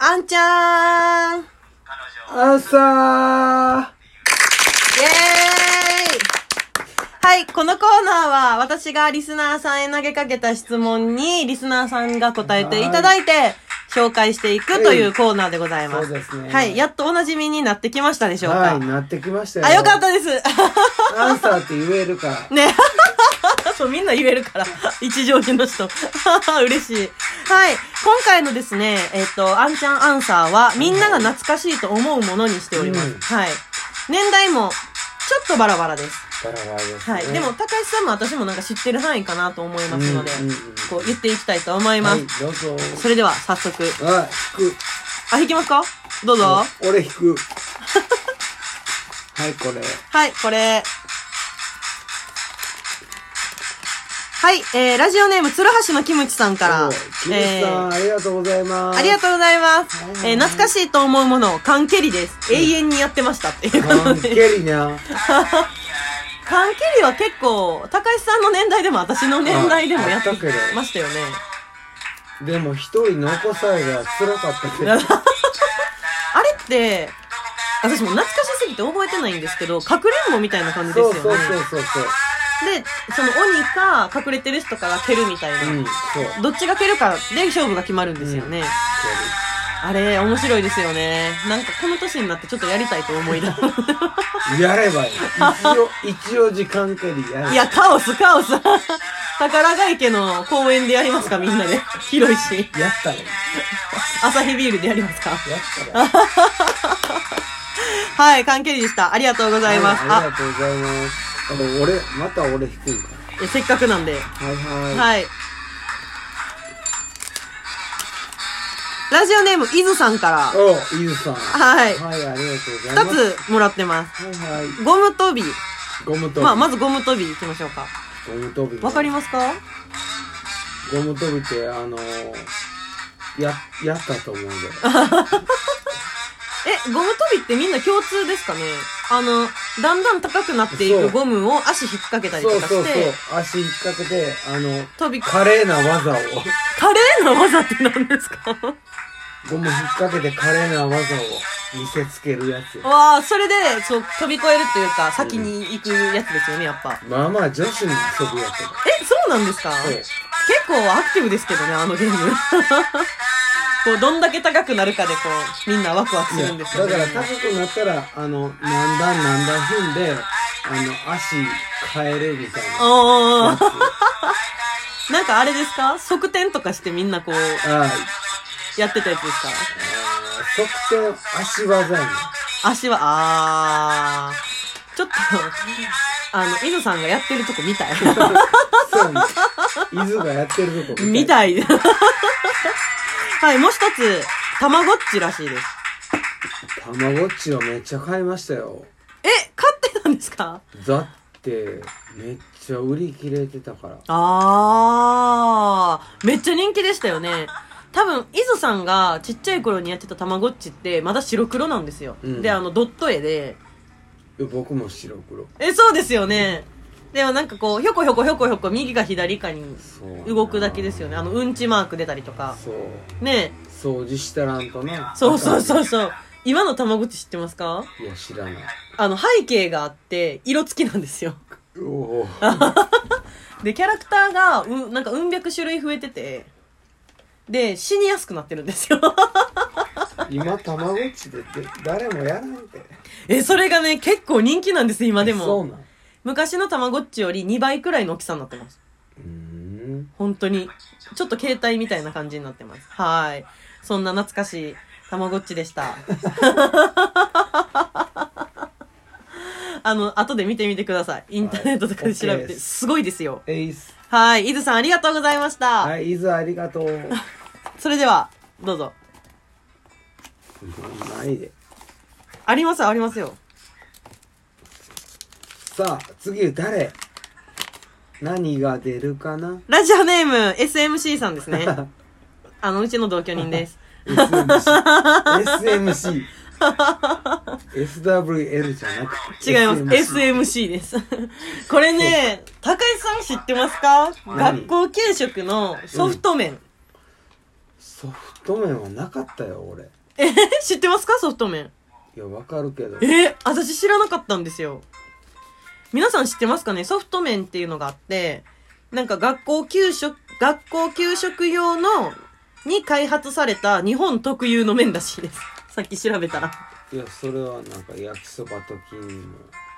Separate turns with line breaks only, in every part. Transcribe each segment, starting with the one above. あんちゃーんイェー
朝
イはい、このコーナーは私がリスナーさんへ投げかけた質問にリスナーさんが答えていただいて紹介していくというコーナーでございます。
そうですね
はい、やっとお馴染みになってきましたでしょうか。
はい、なってきましたよ。
あ、よかったです。
アンサーって言えるから。
ね。 そう、みんな言えるから。一条人の人。 嬉しい。はい。今回のですね、えっ、と、あんちゃんアンサーは、みんなが懐かしいと思うものにしております。
うん
はい。年代も、ちょっとバラバラです。
バラバラですね。
はい。でも、高橋さんも私もなんか知ってる範囲かなと思いますので、
うんうんうん
こう、言っていきたいと思いま
は
す。
い、どうぞ。
それでは、早速。
あ、引く。
あ、弾きますかどうぞ。
俺引 く。はい、これ。
はい、これ。はい、えー、ラジオネーム、鶴橋のキムチさんから
お。キム
え
チさん、
ー
ありがとうございます。
ありがとうございます
はい。
えー、懐かしいと思うもの、缶蹴りです。永遠にやってましたっていうこと
関係
で。
りな。
缶蹴りは結構、高橋さんの年代でも私の年代でもやってましたよ ね。
でも一人残されが辛かったけど。
あれって、私もう懐かしすぎて覚えてないんですけど、かくれんぼみたいな感じです
そ
よ
う
ね。
そうそうそうそう。
で、その鬼か隠れてる人かが蹴るみたいな。
うん、そう。蹴
どっちが蹴るかで勝負が決まるんですよね。あれ、面白いですよね。なんかこの年になってちょっとやりたいと思い だ。
りやればいい。一応、一応時間蹴りやれば
いや、カオス、カオス。 宝ヶ池の公園でやりますか、みんなで。広いし。
やったらいい。
朝日ビールでやりますか。
やったらいい。
はい、関係でした。ありがとうございます。
はいあり
あ、
がとうございます。あと俺、また俺引くんか。
えせっかくなんで。
はいはい。
はい。ラジオネーム、イズさんから。
おう、ゆうさん。は
はい
い。。ありがとうございま
二
す。
つもらってます。
つ。はいはい。
ゴム跳び。
ゴム飛び。
まあ、まずゴム跳び行きましょうか。
ゴム飛び。
わかり
ま
ますか
す。ゴム飛びって、あのー、や、やったと思うけど。
え、ゴム跳びってみんな共通ですかねあの、だんだん高くなってい
そ
く
う
ゴムを足引っ掛けたりと
そう
か
そう
し
そう
て、。
足引っ掛けて、あの、
飛び、
華麗な技を。
華麗な技って何です か
ゴム引っ掛けて華麗な技を見せつけるやつ。
わあ、それで、そう、飛び越えるというか、先に行くやつですよね、やっぱ。
まあまあ女子に遊ぶやつだ。
え、そうなんですか
そう
結。構アクティブですけどね、あのゲーム。 こう、どんだけ高くなるかで、こう、みんなワクワクす
いや
るんですよ
だ
ね。
から高くなったら、あの、何段何段踏んで、あの、足変えるみたいな。
おーおーおー
あ
なんかあれですか側転とかしてみんなこう、
あ、
やってたやつですか
側転足技やね
足は、あー。ちょっと、あの、イズさんがやってるとこ見たい。
そうね。伊豆がやってるとこ
見
い。
たい。 はい、もう一つ、たまごっちらしいです。
たまごっちをめっちゃ買いましたよ。
え、買ってたんですか
だって、めっちゃ売り切れてたから。
あー、めっちゃ人気でしたよね。多分、イズさんがちっちゃい頃にやってたたまごっちって、まだ白黒なんですよ。
うん
で、あの、ドット絵で、
僕も白黒。
え、そうですよね。でもなんかこう、ひょこひょこひょこひょこ、右か左かに
そうやな
動くだけですよね。あの、うんちマーク出たりとか。
そう。
ね
掃除したらんとな。。
え。そうそうそううそう。今のたまごっち知ってますか
いや、知らない。
あの、背景があって、色付きなんですよ。
おお。
で、キャラクターが、う、なんか、うん百種類増えてて、で、死にやすくなってるんですよ。
今、たまごっちでって誰もやらんて。
え、それがね、結構人気なんです、今で
そう
も。
なん。う
昔のたまごっちより2倍くらいの大きさになってます。
ーん。
本当に。ちょっと携帯みたいな感じになってます。はい。そんな懐かしいたまごっちでした。あの、後で見てみてください。インターネットとかで調
は
べ
い OK
て。
です
すごいですよ。
えいっす。
はい。伊豆さんありがとうございました。
はい、伊豆ありがとう。
それでは、どうぞ。
ないで。
ありますありますよ。
さあ、次誰何が出るかな
ラジオネーム、SMC さん ですね。あの、うちの同居人です。
SMC。SWL じゃなくて。
違います。
SMC。
SMC です。これね、高井さん知ってますか
何
学校給食のソフト麺。
ソフト麺はなかったよ俺い
え 知ってますかソフト麺。
やわかるけど
えー、私知らなかったんですよ。皆さん知ってますかねソフト麺っていうのがあって、なんか学校給食、学校給食用の、に開発された日本特有の麺らしいです。 さっき調べたら。
いやそれはなんか焼きそばときにも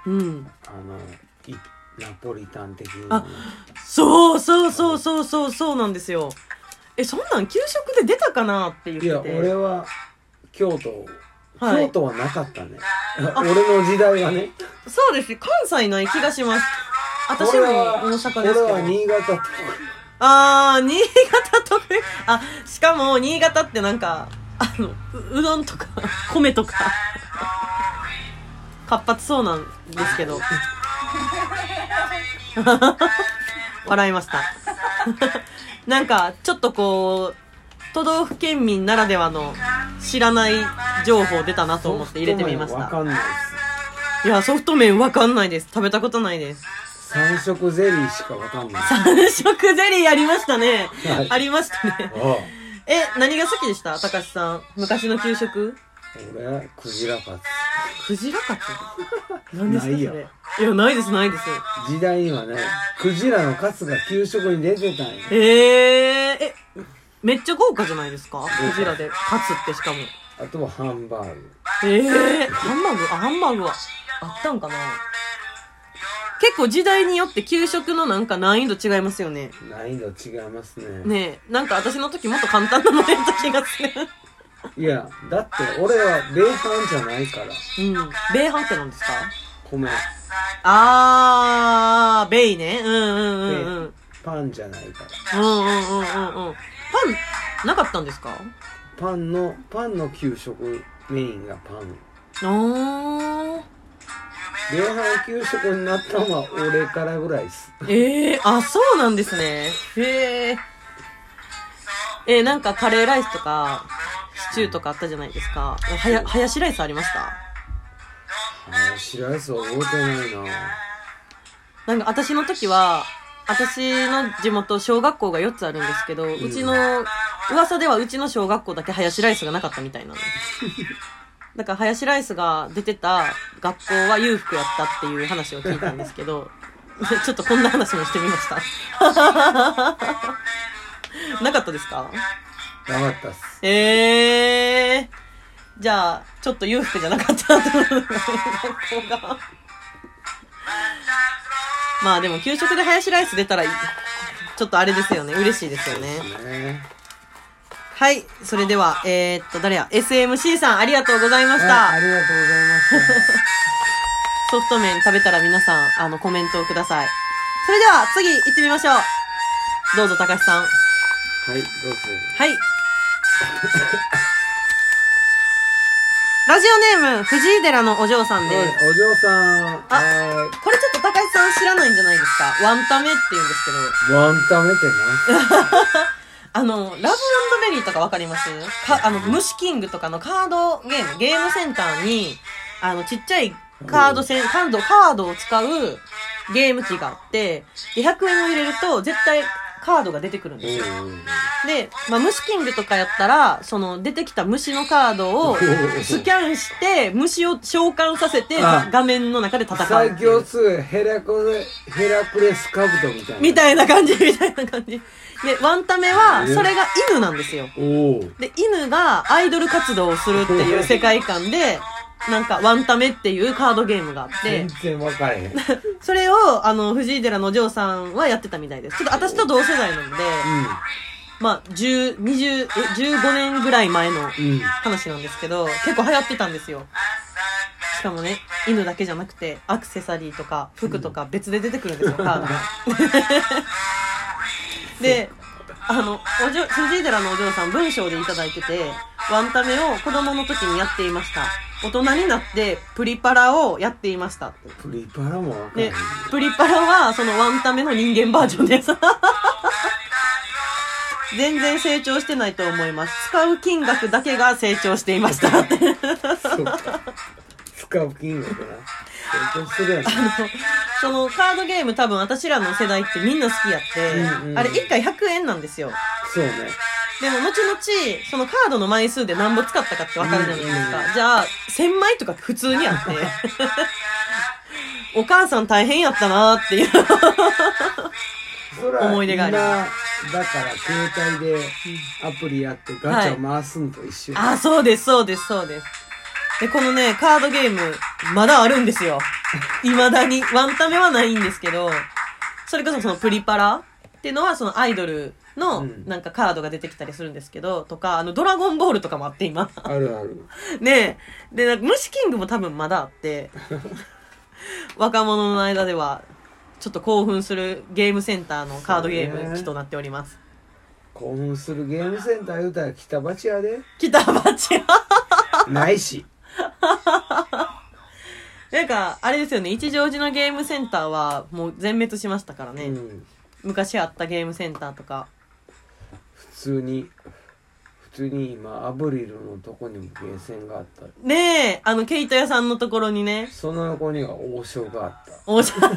うん。
あのいナポリタン的にも
あそうそうそうそうそうそうなんですよ。え、そんなん給食で出たかなって言っ
い
て
や
て。
俺は京都、
はい
京都はなかったね俺の時代はね
そうです。関西ない気がします。私
俺
も
は
大阪ですけど。
俺は新潟と
あー、新潟特有。あ、しかも、新潟ってなんか、あの、ううどんとか、米とか、活発そうなんですけど。 笑いました。 なんか、ちょっとこう、都道府県民ならではの知らない情報出たなと思って入れてみまし
わ
た
か。んないで
いや、ソフト麺わかんないです。食べたことないです。
す三色ゼリーしかわかんない
三色ゼリーありましたね。
はい
ありましたね。
ああ
え、何が好きでした高橋さん。昔の給食
俺はクジラカツ
クジラか つ何ですかそれ。
ない
い
よ
や、ないです、ないです。
時代にはねクジラのカツが給食に出てたんや
えー、え、めっちゃ豪華じゃないですかクジラで。カツってしかも。
あとはハンバーグ
えー、ハンバーグあ、ハンバーグはあったんかな結構時代によって給食のなんか難易度違いますよね。
難易度違いますね
ねえ、なんか私の時もっと簡単なのやった気がする。
いやだって俺は米飯じゃないから
うん。米飯って何ですか
米
あー、ベイね。うんうんうんうん。うんうんうんうんうん。
パンじゃないから
パン、なかったんですか
パンのパンの給食メインがパン
あー。
米飯給食になったのは俺からぐらいっす
えー、あ、そうなんですね。へえ。えー、なんかカレーライスとか、シチューとかあったじゃないですか。はや、ハヤシライスありました
ああ白いそう覚えてないな
なんか私の時は、私の地元、小学校が4つあるんですけど、うちの、噂ではうちの小学校だけハヤシライスがなかったみたいなの。だからハヤシライスが出てた学校は裕福やったっていう話を聞いたんですけど、 ちょっとこんな話もしてみました。 なかったですか
なかったっす
ええー。じゃあ、ちょっと裕福じゃなかったなと思う学校が。まあでも、給食でハヤシライス出たら、ちょっとあれですよね。嬉しいですよね。
ね
はい。それでは、えー、っと、誰や ?SMC さん、ありがとうございまし
ああ
た。
りがとうございました
ソフト麺食べたら皆さん、あの、コメントをください。それでは、次、行ってみましょう。どうぞ、高橋さん。
はいどうぞ
はい。ラジオネーム、藤井寺のお嬢さんで
はい
す。
お嬢さんは
これちょっと高橋さん知らないんじゃないですか。ワンタメって言うんですけど。
いワンタメってな
あの、ラブベリーとかわかりますかあの、虫キングとかのカードゲーム、ゲームセンターに、あの、ちっちゃいカードせん、カード、カードを使うゲーム機があって、で100円を入れると絶対カードが出てくるんですよ。
うんうんうん
で、まあ、虫キングとかやったら、その出てきた虫のカードをスキャンして、虫を召喚させて、
あ
画面の中で戦う
最
っていう
強2ヘラクレヘラクレスカブトみたいな
みたいな感じ、みたいな感じ。で、ワンタメは、それが犬なんですよ。
おお
で、犬がアイドル活動をするっていう世界観で、なんか、ワンタメっていうカードゲームがあって
全、然分かれへんうん
それを、あの、藤井寺のお嬢さんはやってたみたいです。ちょっと私と同世代なので、まあ、10、20、え15年ぐらい前の
うん
話なんですけど、結構流行ってたんですよ。しかもね、犬だけじゃなくて、アクセサリーとか服とか別で出てくるんですよ、カ ードが。で、あの、おじょ、藤井寺のお嬢さん文章でいただいてて、ワンタメを子供の時にやっていました。大人になってプリパラをやっていました。
プリパラも分かれへ
で
ん、
プリパラはそのワンタメの人間バージョンです。 全然成長してないと思います。使う金額だけが成長していました。
そうか使う金額な勉強するやん
そのカードゲーム多分私らの世代ってみんな好きやって、
うんうん
あれ1回100円なんですよ。
そうね
でも後々、そのカードの枚数で何本使ったかってわかるじゃないです
うん
か。じゃあ、1000枚とか普通にあ って。お母さん大変やったなーっていう。
そら
思い出がありま
今だから携帯でアプリやってガチャ回すのと一緒、
あ、そうです、そうです、そうです。で、このね、カードゲーム、まだあるんです よ。未だに。ワンタメはないんですけど、それこそそのプリパラっていうのは、そのアイドル
う
の
ん
なんかカードが出てきたりするんですけど、とか、あの、ドラゴンボールとかもあって、 今。
あるある
ねえ。で、なんか虫キングも多分まだあ って、若者の間では、ちょっと興奮するゲームセンターのカードゲーム機となっております。
興奮するゲームセンター言うたら北町 やで
北町は
ないし
なんか、あれですよね、一乗寺のゲームセンターはもう全滅しましたからね。
うん
昔あったゲームセンターとか。
普通に普通に今アブリルのとこにもゲーセンがあった
ねえ、あの、毛糸屋さんのところにね、
その横には王将があった
お しゃ、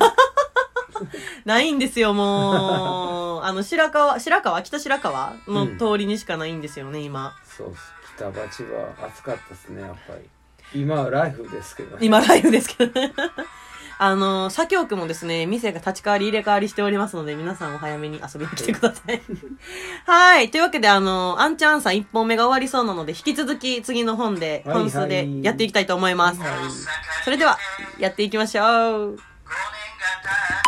ないんですよ、もう。あの、白川、白川、北白川の通りにしかないんですよね、今。
そうっす北町は暑かったっすねやっぱり今はライフですけど
今、ライブですけどね。あの、左京区もですね、店が立ち替わり入れ替わりしておりますので、皆さんお早めに遊びに来てくださ い。はい。というわけで、あの、アンチャンさん1本目が終わりそうなので、引き続き次の本で、
はいは
本
い
数でやっていきたいと思います。
はい
それでは、やっていきましょう。
5年が経っ